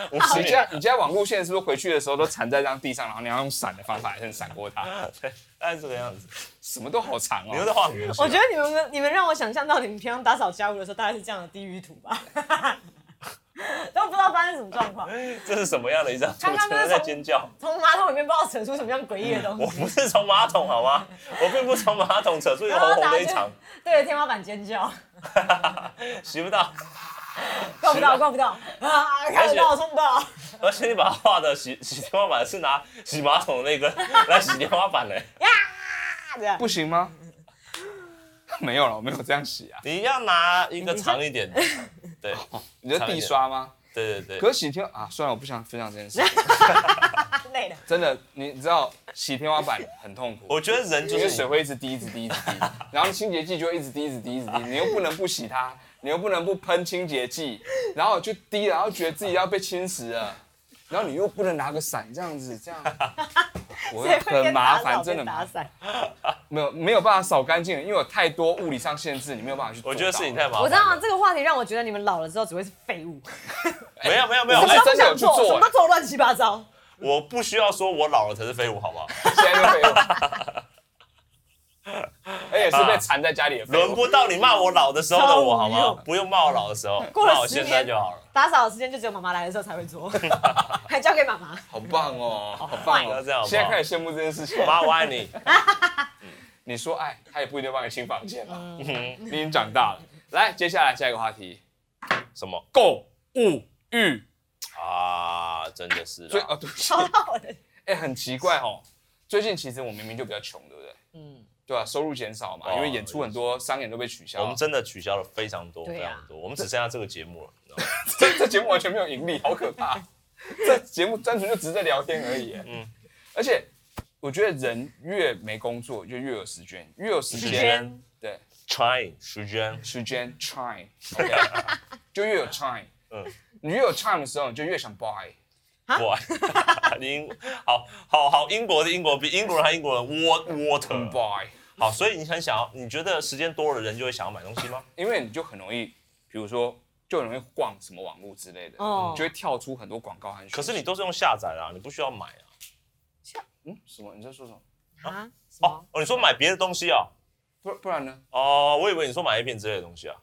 C: 五十
A: 你
C: 米。
A: 家你家网路线是不是回去的时候都缠在这样地上，然后你要用闪的方法才能闪过它？
C: *laughs* 对，大概是这个样子。
A: 什么都好长
C: 你又
A: 哦。
C: 在画你的线
B: 我觉得你们你们让我想象到你们平常打扫家务的时候，大概是这样的地狱图吧， *laughs* 都不知道发生什么
A: *laughs*
B: 状况，
C: 这是什么样的一张图？
B: 刚刚
C: 真的
B: 那
C: 在
B: 种
C: 尖叫。
B: 从马桶里面不知道扯出什么样诡异的
C: *laughs* 我
B: 东西，
C: 不是从马桶
B: *laughs*
C: 好吗？我并不从马桶扯出一个红红的一
B: 然后
C: 场，
B: 对着天花板尖叫，
A: 啊
C: *laughs* 洗不到。
B: 够不到够不到啊，看得到冲不到，
C: 而且你把它画的洗洗天花板是拿 *laughs* 洗马桶的那根 *laughs* 来洗天花板的、
B: 啊这样
A: 不行吗？ *laughs* 没有了，我没有这样洗啊。
C: 你要拿一个长一点
B: *laughs*
C: 的，对
A: 你在地刷吗？
C: 对对对。
A: 可洗天啊，算了，我不想分享这件
C: *laughs*
A: 事。
B: *laughs* 累了。
A: 真的，你知道洗天花板很痛苦，
C: 我觉得人就
A: 因为
C: 是
A: 水
C: 你
A: 会一直滴，一直滴，一直
C: *laughs*
A: 滴，然后清洁剂就会一直滴，一直滴，一直滴，你又不能不洗它，你又不能不喷清洁剂，然后就滴，然后觉得自己要被侵蚀了，然后你又不能拿个伞这样子，这样，
C: *laughs*
A: 我
B: 谁会
A: 很
B: 边
A: 麻
B: 打
A: 烦，
B: 扫
A: 真的
B: 边
A: 麻
B: 打
A: 烦。
B: 伞？
A: 没有没有办法扫干净，因为有太多物理上限制，你没有办法去做
C: 我
A: 到。
C: 觉得是你太麻
B: 我
C: 烦
B: 知道
C: 了。
B: 这个话题让我觉得你们老了之后只会是废物，
C: 没有没有没有，
A: 我
B: 什
A: 是
C: 哎
B: 么都不
A: 真的有
B: 想
A: 去
B: 做，
A: 做
B: 什么
A: 哎
B: 都做乱七八糟。
C: 我不需要说我老了才是废物，好不好？
A: 现在就废物，而且
C: 啊
A: 是被缠在家里的废
C: 轮
A: 物。
C: 不到你骂我老的时候的我，好
B: 超无
C: 吗
B: 用？
C: 不用骂我老的时候，
B: 哎过了
C: 骂我
B: 十
C: 现
B: 年
C: 在就好了。
B: 打扫的时间就只有妈妈来的时候才
A: *laughs*
B: 会做，还交给妈妈。
A: 好棒哦，好棒
C: 不要这样好
A: 哦！
C: 不好
A: 现在开始羡慕这件事情。
C: 妈，我爱你。
A: 你说爱，他也不一定帮你清房间了，
C: 嗯
A: 你已经长大了。来，接下来下一个话题，
C: 什么
A: 购物欲。
C: 啊？真的是
A: 最
C: 啦。
A: 啊，对不起，
B: 超到我的，
A: 哎、很奇怪哦。最近其实我明明就比较穷，对不对？
B: 嗯，
A: 对啊，收入减少嘛，
C: 哦
A: 因为演出很多商演都被取消
C: 我
A: 了
C: 们。真的取消了非常多、
B: 对啊
C: 非常多，我们只剩下这个节目了。你知道吗
A: 这这节目完全没有盈利，好可怕！这节目单纯就只是在聊天而已。嗯
C: 嗯，
A: 而且我觉得人越没工作就越有时间，越有时
C: 时
A: 间，
C: 间
A: 对，
C: try 时间，
A: 时间
C: *laughs*
A: time，就越有 time。嗯
C: 嗯，
A: 你越有 time 的时候，你就越想 buy。
C: 哇，你 *laughs* 英好好好，英国的英国比英国人还英国人，what water。
A: buy，
C: 好，所以你很想要，你觉得时间多了人就会想要买东西吗？
A: 因为你就很容易，比如说就很容易逛什么网络之类的，
B: 哦
A: 就会跳出很多广告和。
C: 可是你都是用下载啦、你不需要买啊。
A: 嗯什么？你在说什么？
B: 啊，什
C: 哦
B: 么？
C: 哦，你说买别的东西啊？
A: 不不然呢？
C: 哦，我以为你说买 A 片之类的东西啊。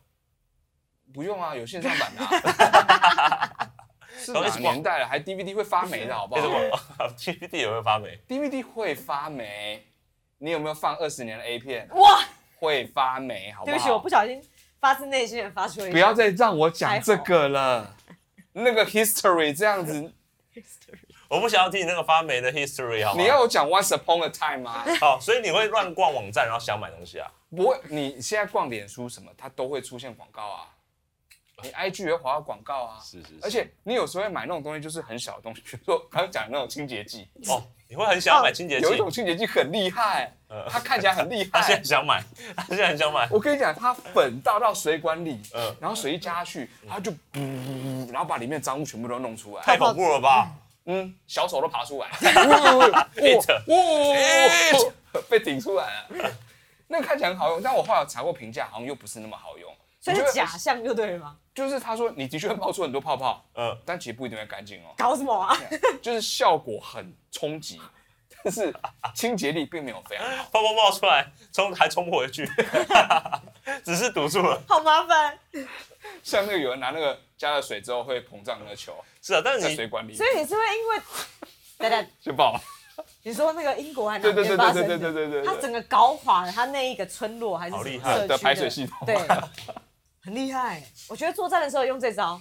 A: 不用啊，有线上版的、
C: *laughs*
A: 啊。是哪个年代了，还 DVD 会发霉的好不
C: 为
A: 好
C: 什 *laughs* 么？PPT 也会发霉？
A: ？DVD 会发霉，你有没有放二十年的 A 片？
B: 哇，
A: 会发霉，好不
B: 对
A: 好？
B: 不起，我不小心发自内心的发出了一
A: 不要再让我讲这个
B: *laughs*
A: 了。那个 history 这样子，
C: 我不想要听你那个发霉的 history 好吗？啊
A: 你要我讲 once upon a time 吗？
C: 好，所以你会乱逛网站，然后想买东西啊？
A: 不会，你现在逛脸书什么，它都会出现广告啊。你 IG 也会划到广告啊，
C: 是是是
A: 而且你有时候会买那种东西，就是很小的东西，比如说刚刚讲的那种清洁剂，
C: 哦，你会很想要买清洁剂嗯
A: 有一？种清洁剂很厉害，它看起来很厉
C: *laughs* 他现
A: 害
C: 在。想买，他现在很想买。
A: 我跟你讲，它粉倒到水管里，
C: 嗯
A: 然后水一加下去，它就噗，然后把里面的脏物全部都弄出来，
C: 太恐怖了吧！
A: 嗯，小手都爬出
C: *laughs*
A: 来，
C: 哎
A: 哇，被顶出来了。那个看起来很好用，但我后来查过评价，好像又不是那么好用。
B: 所以
A: 你
B: 是
A: 就会
B: 假象就对了吗？
A: 就是他说你的确会冒出很多泡泡，
C: 嗯，
A: 但其实不一定会干净哦。
B: 搞什
A: *laughs*
B: 么啊？
A: 就是效果很冲击，但是清洁力并没有非常好。
C: 泡泡冒出来，冲还冲不回去， *laughs* 只是堵住了。
B: 好麻烦。
A: 像那个有人拿那个加了水之后会膨胀那个球，
C: 是啊，但是
A: 在
C: 你
A: 水管里
B: 所以你是会因为， *laughs* 等等，
A: 就爆了。
B: 你说那个英国还哪
A: 对对对
B: 边发
A: 对
B: 生
A: 对
B: 的？
A: 对对对对，啊
B: 他整个搞垮了他那一个村落还是
C: 好
B: 什
C: 厉
B: 么
C: 害
B: 社区
A: 的排水系统
B: 对，很厉害。我觉得作战的时候用
A: *laughs*
B: 这招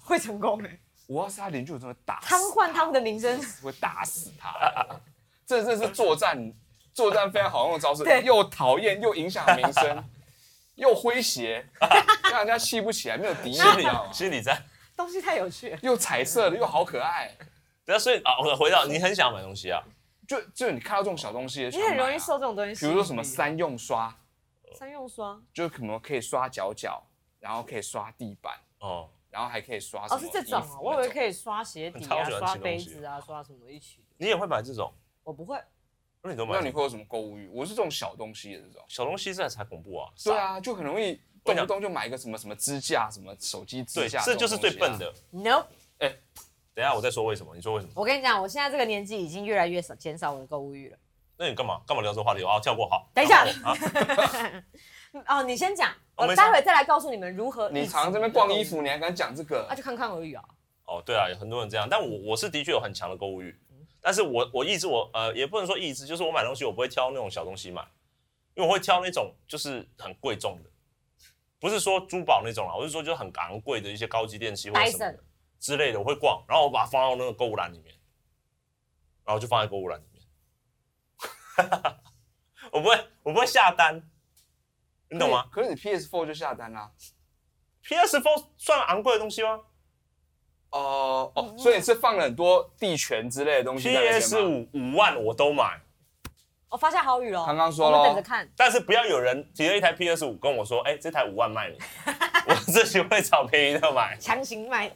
B: 会成功诶，
A: 我要是他邻居，我真的打
B: 瘫
A: 死，
B: 痪他们的名声。
A: 会打死他。这这是作战作战非常好用的招式
B: 对，
A: 又讨厌又影响民生，又诙谐，让人家气不起来，没有敌意，
C: 心
A: 你知道吗啊
C: 理？心理战。
B: 东西太有
A: *laughs*
B: 趣了，
A: 又彩色的，又好可爱。
C: 对啊，所以啊，我回到你很想买东西啊，
A: 就就你看到这种小东西，
B: 你很容易受，这种东西。
A: 啊比如说什么三用刷，
B: 三用刷，
A: 就是可能可以刷脚脚，然后可以刷地板，
C: 哦，
A: 然后还可以刷什
B: 哦
A: 么
B: 是这种
A: 衣服
B: 啊，我以为可以刷鞋底
C: 超
B: 啊、
C: 喜欢
B: 刷
C: 吃东
B: 杯
C: 西
B: 子啊、刷什么一起。
C: 你也会买这种？
B: 我不会，
C: 那你都买
A: 那
C: 什
A: 你
C: 么？
A: 会有什么购物欲？我是这种小东西的这种。
C: 小东西这才恐怖啊！
A: 对啊，就很容易
C: 我
A: 动
C: 想
A: 不动就买一个什么什么支架、什么手机
C: 傻，
A: 支
C: 对，
A: 架，
C: 这就是最
A: 种东西
C: 笨
A: 啊。
C: 的。
B: no。
C: 等一下我再说为什么，你说为什么？
B: 我跟你讲，我现在这个年纪已经越来越少减少我的购物欲了。
C: 那你干嘛干嘛聊这个话题？好，跳过好。
B: 等一下
C: 然后啊，
B: 哦，你先讲，
C: 哦
B: 我
C: 没事啊
B: 待会再来告诉你们如何。
A: 你常这边逛衣，服，你还敢讲这个
B: 那、？就看看而已啊。
C: 哦，对啊，有很多人这样，但我我是的确有很强的购物欲，但是我我抑制我呃也不能说抑制，就是我买东西我不会挑那种小东西买，因为我会挑那种就是很贵重的，不是说珠宝那种啦，我是说就是很昂贵的一些高级电器或者什么
B: Dyson
C: 的之类的，我会逛，然后我把它放到那个购物篮里面，然后就放在购物篮里面， *laughs* 我不会我不会下单，你懂吗
A: 可是你 PS4 就下单啦。
C: ？PS4 算昂贵的东西吗
A: 哦
B: 嗯
A: 哦，所以你是放了很多地权之类的东西在那边吗。
C: ？PS5 五万我都买。
B: 我发下好雨了，哦
A: 刚刚说
B: 我们
A: 咯
B: 等着看。
C: 但是不要有人提了一台 PS 五跟我说，哎、这台五万卖你， *laughs* 我自己会找便宜的买。
B: 强行买，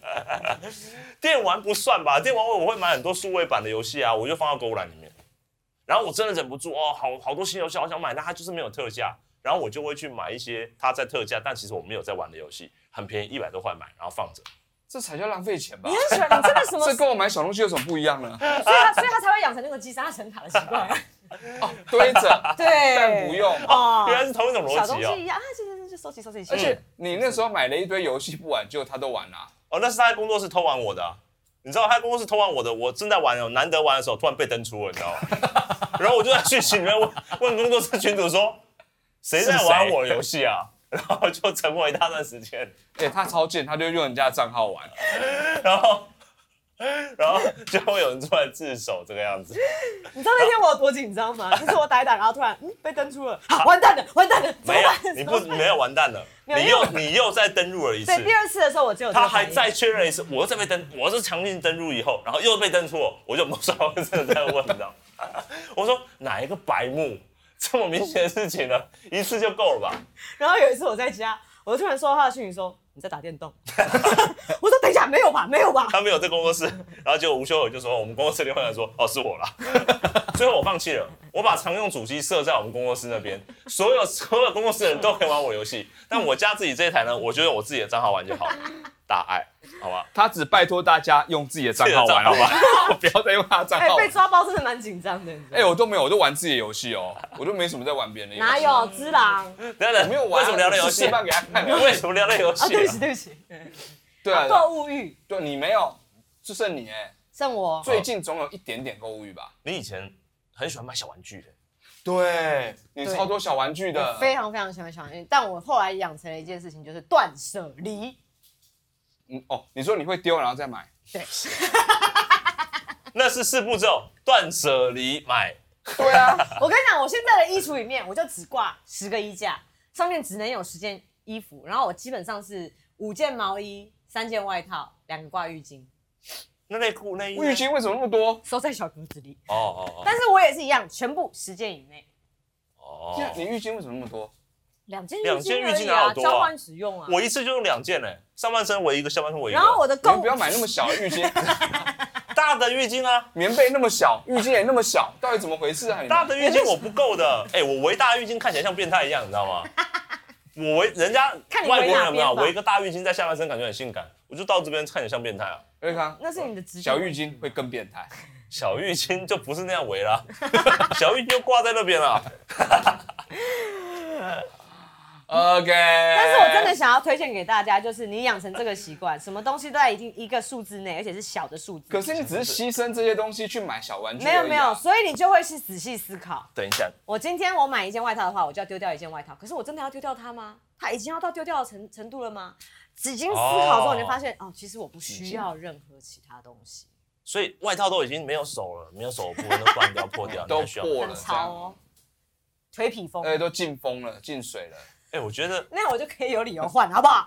C: 电玩不算吧？电玩我会买很多数位版的游戏啊，我就放到购物篮里面。然后我真的忍不住哦，好好多新游戏好想买，但它就是没有特价，然后我就会去买一些它在特价，但其实我没有在玩的游戏，很便宜，一百多块买，然后放着。
A: 这才叫浪费钱吧
B: 你？很喜欢，你真的什么？所
A: 这
B: 以
A: 跟我买小东西有什么不一样呢？
B: 他，所以他才会养成那个积沙成塔的习惯。啊
A: 哦，堆着，
B: *laughs* 对，
A: 但不用。
B: 哦
C: *laughs* 原来是同一种逻
B: 小东
C: 辑哦
B: 西。一样啊，就就就收集收集。
A: 而且
B: 嗯
A: 你那时候买了一堆游戏不玩，结果他都玩了。啊
C: 哦，那是他在工作室偷玩我的啊、你知道他在工作室偷玩我的，我正在玩哦，难得玩的时候突然被登出了，你知道吗？
B: *laughs*
C: 然后我就在讯息里面问问工作室群主说，谁在玩我的游戏啊？然后就沉默一大段时间，
A: 哎，他超贱，他就用人家的账号玩。
C: 然后然后就会有人出来自首这个样子。
B: 你知道那天我有多紧张吗？就是我打一打，然后突然嗯被登出了，好完蛋了，完蛋了， *laughs* 怎
C: 没
B: 么
C: 有
B: 办？，
C: 你
B: 怎
C: 不
B: 么办
C: 没有完蛋了，
B: 没有
C: 你又你又再登入了一次
B: 对，，第二次的时候我只有这
C: 他
B: 个反
C: 还
B: 应
C: 再确认一次，我又再被登，我是强行登入以后，然后又被登出我，我就毛上真的在问到， *laughs* 我说哪一个白目这么明显的事
A: *laughs*
C: 情呢？一次就够了吧？
B: 然后有一次我在家，我就突然收到他的讯息说你在打电动， *laughs* 我说等一下没有吧，没有吧，
C: 他没有在工作室，然后结果吴修友就说我们工作室另外一个人说哦是我啦， *laughs* 最后我放弃了，我把常用主机设在我们工作室那边，所有所有工作室的人都可以玩我游戏，但我家自己这一台呢，我觉得我自己的账号玩就
A: *laughs*
C: 好了，大爱，好吧，
A: 他只拜托大家用自己的账号玩，好 *laughs*
C: 自己的
A: 吧？我不要再用他的账
B: 哎、
A: 号
B: 被
A: 玩。
B: 抓包真的蛮紧张的，你知道
A: 哎、
B: 吗？
A: 我都没有，我都玩自己的游戏哦，我都没什么在玩别人的游戏。
B: 哪有只狼啊？
C: *laughs* 等等，
A: 我没有玩啊，
C: 为什么聊到游
A: 我是
C: 戏
A: 示？范给他看
B: *laughs*
A: 的。
C: 为什么聊到游戏、啊
B: 对不起，对不起，
A: 对啊，
B: 购物欲
A: 对，你没有，就剩你哎。
B: 像我，
A: 最近总有一点点购物欲吧？
C: 你以前很喜欢买小玩具的，
A: 对，你
B: 对
A: 超多小玩具
B: 我
A: 的。
B: 非常非常喜欢小玩具，但我后来养成了一件事情，就是断舍离。
A: 嗯哦，你说你会丢然后再买，
C: 那是四步骤：断舍离、买。
A: 对啊，
B: *laughs* 我跟你讲，我现在的衣橱里面，我就只挂十个衣架，上面只能有十件衣服，然后我基本上是五件毛衣、三件外套、两个挂浴巾，
C: 那内裤、内衣呢
A: 浴巾为什么那么多？
B: 收在小格子里。
C: 哦哦
B: 但是我也是一样，全部十件以内，
C: 哦
A: 天啊
C: 哦，
A: 你浴巾为什么那么多？
B: 两件
C: 两件
B: 而
C: 浴
B: 已
C: 巾哪
B: 啊，
C: 有多啊
B: 交换使用啊。
C: 我一次就用两件嘞，上半身围一个，下半身围一个。
B: 然后我的
A: 你
B: 购
A: 们
B: 物
A: 不要买那么小的浴巾， *laughs*
C: 大的浴巾啊，
A: 棉被那么
B: *laughs*
A: 小，浴巾也那么小，到底怎么回事啊？你
C: 大
A: 们
C: 的浴巾我不够的。哎，我围大浴巾看起来像变态一样，你知道吗？我围人家
B: 看你围哪边吧
C: 外国人有没有围一个大浴巾在下半身，感觉很性感。我就到这边看起来像变态啊。
A: 瑞康，
B: 那是你的直觉
A: 小浴巾会更变态。
C: 小浴巾就不是那样围啦， *laughs* 小浴巾就挂在那边了。
A: OK，
B: *laughs* 但
A: 但
B: 是我真的想要推荐给大家，就是你养成这个
A: *laughs*
B: 习惯，什么东西都在一定一个数字内，而且是小的数字。
A: 可是你只是牺牲这些东西去买小玩具、啊
B: 没有没有，，所以你就会去仔细思考。
C: 等一下，
B: 我今天我买一件外套的话，我就要丢掉一件外套。可是我真的要丢掉它吗？它已经要到丢掉的程程度了吗？几经思考之后，
C: 哦
B: 你就发现哦，其实我不需要任何其他东西。
C: 所以外套都已经没有手了，没有手部都断掉、破掉，
A: 都
C: 你还需要
A: 破了
B: 很
A: 这
B: 潮
A: 样
B: 哦，，腿皮风
A: 而，且都进风了，进水了。
C: 哎、我觉得，
B: 那我就可以有理由换，好不好？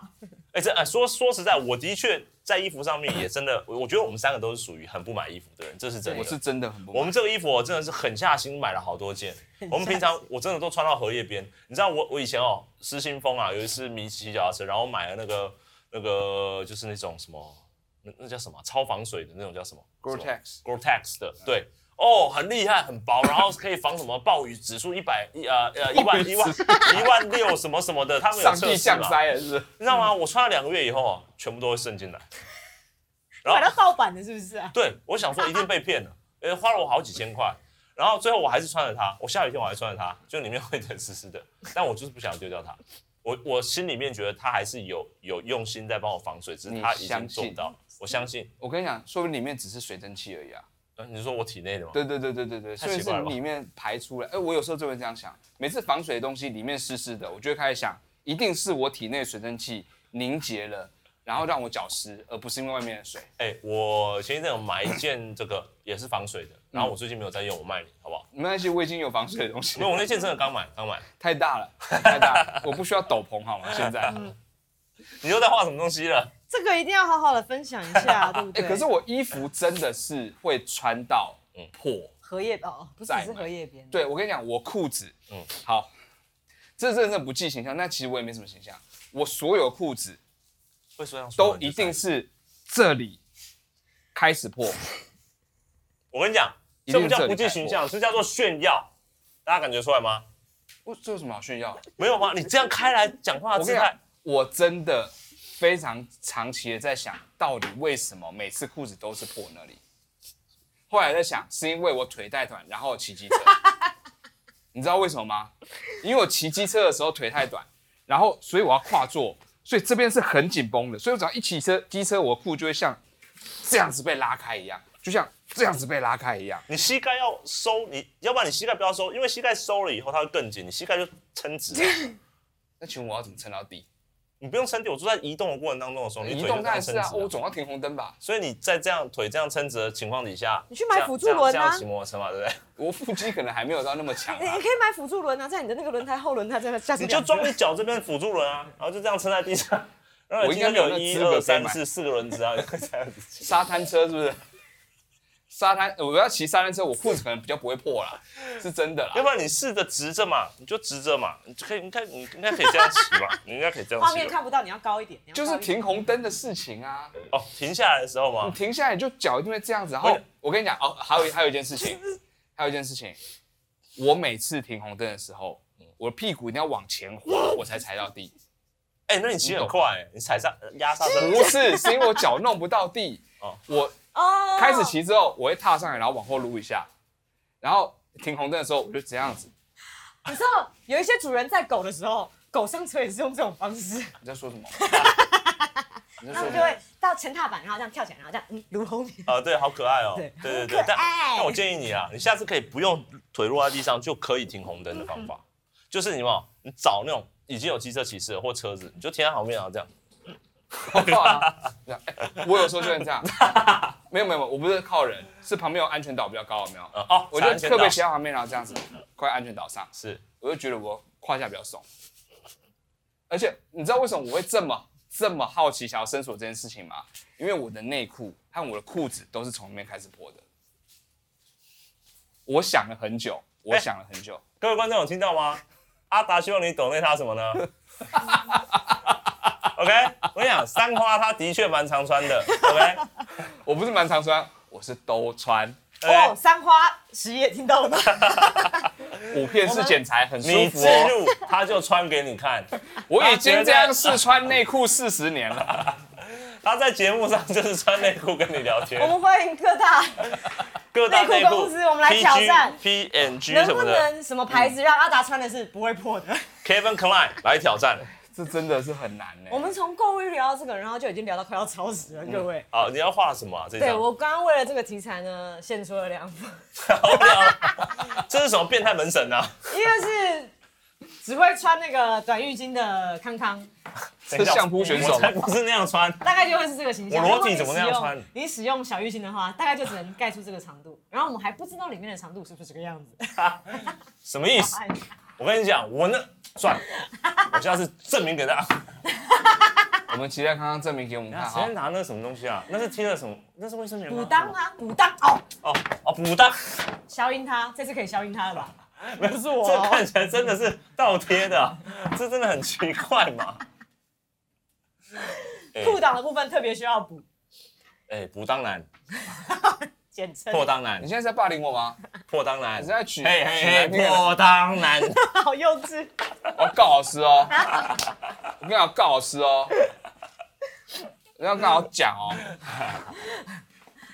C: 哎、这哎、说说实在，我的确在衣服上面也真的，我我觉得我们三个都是属于很不买衣服的人，这是真的。
A: 我是真的很不
C: 我们这个衣服，我真的是狠下心买了好多
A: *laughs*
C: 件。我们平常我真的都穿到荷叶边。你知道我我以前哦，失心疯啊，有一次迷骑脚踏车，然后买了那个那个就是那种什么，那那叫什么超防水的那种叫什么
A: Gore-Tex
C: Gore-Tex 的，对。哦，很厉害，很薄，然后可以防什么暴雨指数一百一呃呃一万一万一万六什么什么的，他们有
A: 上
C: 测
A: 帝
C: 试
A: 降
C: 嘛？
A: 灾了，是不是？
C: 你知道吗？
B: 嗯
C: 我穿了两个月以后啊，全部都会渗进来。
A: 哦
C: 然
B: 买到
C: 后
B: 盗版的是不是啊？
C: 对我想说一定被骗了，呃，花了我好几千块，然后最后我还是穿了它，我下雨天我还穿了它，就里面会有点湿湿的，但我就是不想丢掉它。我我心里面觉得它还是有有用心在帮我防水，只是它已经做不到。我相信，
A: 我跟你讲，说不定里面只是水蒸气而已啊。
C: 呃，你说我体内的吗？
A: 对对对对对对，
C: 太
A: 所以
C: 奇
A: 是
C: 怪了吧
A: 里面排出来。哎、我有时候就会这样想，每次防水的东西里面湿湿的，我就会开始想，一定是我体内水蒸气凝结了，然后让我脚湿，而不是因为外面的水。
C: 哎、我前一阵有买一件这个也是防水的，
A: 嗯
C: 然后我最近没有在用，我卖你好不好？
A: 没关系，我已经有防水的东西
C: 因，为我那件真的刚买，刚买。
A: 太大了，太大了，我不需要斗篷好吗？现在，
C: 你又在画什么东西了？
B: 这个一定要好好的分享
A: *laughs*
B: 一下，对不
A: 哎、
B: 对？
A: 可是我衣服真的是会穿到
C: 嗯
A: 破。
B: 荷叶哦，不是
A: 再买
B: 只是荷叶边，
A: 对，我跟你讲，我裤子，嗯
C: 嗯，
A: 好，这真的是不计形象，那其实我也没什么形象，我所有裤子
C: 会说上
A: 都一定是这里开始破。
C: 我跟你讲，
A: 一
C: 这
A: 定
C: 不
A: 是
C: 叫不计形象，这叫做炫耀。大家感觉出来吗？
A: 我这有什么好炫耀？
C: 没有吗？你这样开来讲话
A: 我
C: 的
A: 跟
C: 姿
A: 你
C: 态
A: 讲，，我真的非常长期的在想，到底为什么每次裤子都是破那里？后来在想，是因为我腿太短，然后骑机车。你知道为什么吗？因为我骑机车的时候腿太短，然后所以我要跨坐，所以这边是很紧绷的，所以我只要一骑车机车，我的裤就会像这样子被拉开一样，就像这样子被拉开一样。
C: 你膝盖要收，你要不然你膝盖不要
A: *laughs*
C: 收，因为膝盖收了以后它会更紧，你膝盖就撑直了。
A: 那请问我要怎么撑到底？
C: 你不用撑地，我就在移动的过程当中的时候，你
A: 移
C: 腿
A: 动
C: 就这
A: 当
C: 样
A: 然
C: 撑
A: 是啊，
C: 直、
A: 我总要停红灯吧？
C: 所以你在这样腿这样撑直的情况底下，
B: 你去买
C: 这样
B: 辅助轮啊
C: 这样这样骑摩托车嘛，对
A: *laughs*
C: 不对？
A: 我腹肌可能还没有到那么强
B: 你 *laughs*
A: 啊
B: 你可。以买辅助轮啊，在你的那个轮胎后轮胎这个下次
C: 你就
B: 两个
C: 装你脚这边辅助轮啊，然后就这样撑在地上，然后
A: 我
C: 你
A: 应
C: 今
A: 该
C: 天
A: 没有那
C: 有一
A: 资格
C: 二
A: 可以
C: 三
A: 买
C: 四四个轮子啊，你会这样子骑。
A: 沙滩车是不 *laughs* 是？沙滩，我要骑沙滩车，我裤子可能比较不会破
C: *laughs*
A: 啦，是真的
C: 要
A: 啦。
C: 不然你试着直着嘛，你就直着嘛，你就可以，你看你应该可以这样骑
B: *laughs*
C: 吧，你应该可以这样
B: 画
C: 骑
B: 面
C: 吧。
B: 看不到，你要高一点，你要
A: 就是
B: 高一点
A: 停红灯的事情啊，
C: 哦，停下来的时候
A: 你
C: 嘛，
A: 停下来就脚一定会这样子。然后
C: 对
A: 我跟你讲哦，还有还有一件事情，
C: *laughs*
A: 还有一件事情，我每次停红灯的时候，我的屁股一定要往前
C: *laughs*
A: 滑，我才踩到地。
C: 哎、那你骑很快、你踩上压刹车，
A: 不是，是因为我脚弄不到地
C: *laughs* 哦。
A: 我
B: 哦，
A: 开始骑之后，我会踏上来，然后往后撸一下，然后停红灯的时候我就这样子。
B: 你知道有一些主人在狗的时候，狗上车也是用这种方式，
A: 你在
C: *laughs*
A: 说什么？你在
B: 他
A: 说
B: 们
A: 什
B: 就
A: 么？
B: 会到前踏板，然后这样跳起来，然后这样嗯撸后面。
C: 啊，对，好可爱哦、
B: 对
C: 对对
B: 好
C: 对
B: 可，
C: 但
B: 爱
C: 但我建议你啊，你下次可以不用腿落在地上就可以停红灯的方法，
B: 嗯
C: 就是你嘛，你找那种已经有机车骑士了或车子，你就停在旁边然后这样，
A: 这样哎我有时候就能
C: *laughs*
A: 这样，没有没有，没有我不是靠人，是旁边有安全岛比较高，有没有？
C: 呃、哦，
A: 我
C: 踩
A: 就
C: 安全
A: 特别
C: 岛
A: 骑到旁边，然后这样子，快安全岛上，
C: 是
A: 我就觉得我胯下比较松。而且你知道为什么我会这么这么好奇想要伸索这件事情吗？因为我的内裤和我的裤子都是从里面开始破的。我想了很久，我想了很久，
C: 各位观众有听
B: *laughs*
C: 到吗？阿达希望你懂内他什么呢？OK，我跟你讲，三花他的确蛮常穿的，OK，
B: *laughs*
A: 我不是蛮常穿，我是都穿。
B: 哦，三花十一也听
A: *laughs*
B: 到了吗？
A: 五片式剪裁很舒
C: 哎你
A: 服
C: 自
A: 哦。
C: 入他就穿给你看，
A: 我已经这样试穿内裤四十年了。
C: 他在节目上就是穿内裤跟你聊天
B: 我，们欢迎各大
C: 各大
B: 哦内
C: 内
B: 裤
C: 裤
B: 公司我们来挑战
C: P N G
B: 能
C: 什
B: 不
C: 么的
B: 能什么牌子让阿达穿的是不会破的？
C: ，Kevin Klein 来挑战。
A: 这真的是很难呢、
B: 我们从购物欲聊到这个，然后就已经聊到快要超时
C: 嗯
B: 了，各位。
C: 好，你要画什么啊？这
B: 对
C: 张
B: 我刚刚为了这个题材呢，献出了两份，
C: 好屌，这是什么变态
A: *laughs*
C: 门神啊？
B: 一个是只会穿那个短浴巾的康康，
C: 这
A: 是相扑选手
C: 我才不是那样穿。
B: 大概就会是这个形象。
C: 我
B: 如
C: 裸
B: 果
C: 体
B: 你
C: 怎么那
B: 使
C: 样
B: 用
C: 穿
B: 你使用小浴巾的话，大概就只能盖出这个长度，然后我们还不知道里面的长度是不是这个样子。
C: 什么意思？我跟你讲，我那算了，我下次证明给大家。
A: 我们期待康康证明给我们
B: 啊
A: 看
C: 谁
A: 哈
C: 在。拿那什么东西啊？那是贴了什么？那是卫生棉吗？
B: 补裆啊，补裆哦，
C: 哦哦，补裆，
B: 消音它，这次可以消音它了吧？
C: 不
B: 是我哦
C: 这看起来真的是倒贴的啊，这真的很奇怪嘛。哎
B: 裤裆的部分特别需要补，
C: 哎，补裆男，
B: 简称。
C: 破裆男
A: 你，现在在霸凌我吗？
C: 破裆
A: 哎你
C: 男
A: 是，在取？
C: 嘿嘿嘿，
A: 取男
C: 破裆男， *laughs*
B: 好幼稚。
A: 我要告老师哦！我跟你讲，告老师哦！你要跟我讲哦，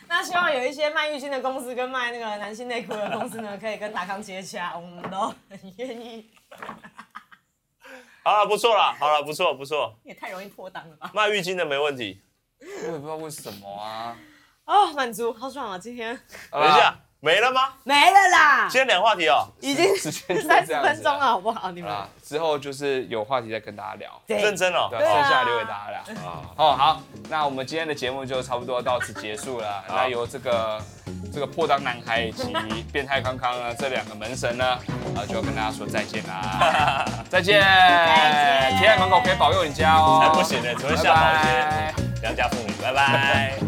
B: 那希望有一些卖浴巾的公司跟卖那个男性内裤的公司呢，可以跟达康接洽，我 *laughs* 们都很愿意。
C: 好了，不错了，好了，不错不错，
B: 也太容易破裆了吧？
C: 卖浴巾的没问题。
A: 我也不知道为什么啊。
B: 哦，满足，好爽啊！今天
A: 等
C: 等一下，，没了吗？
B: 没了啦
C: 今，天两话题哦，
B: 已经
A: 时间就这样
B: 三
A: 子
B: 十
A: 了
B: 分钟了，好不好？你们
A: 啊，之后就是有话题再跟大家聊，
B: 对
C: 认真哦 *laughs*
A: 对，。
B: 对啊
A: 剩下留给大家聊。
C: 啊，
A: 哦，好，那我们今天的节目就差不多到此结束了。
C: 好
A: 那由这个这个破裆男孩以
B: *laughs*
A: 及变态康康呢这两个门神呢，啊，就要跟大家说再见
B: *laughs*
A: 啦，再见，
B: 再见
A: 铁链门口可以保佑你家哦，
C: 哎不行的只会吓跑一些
A: 拜拜
C: 良家妇女，拜拜。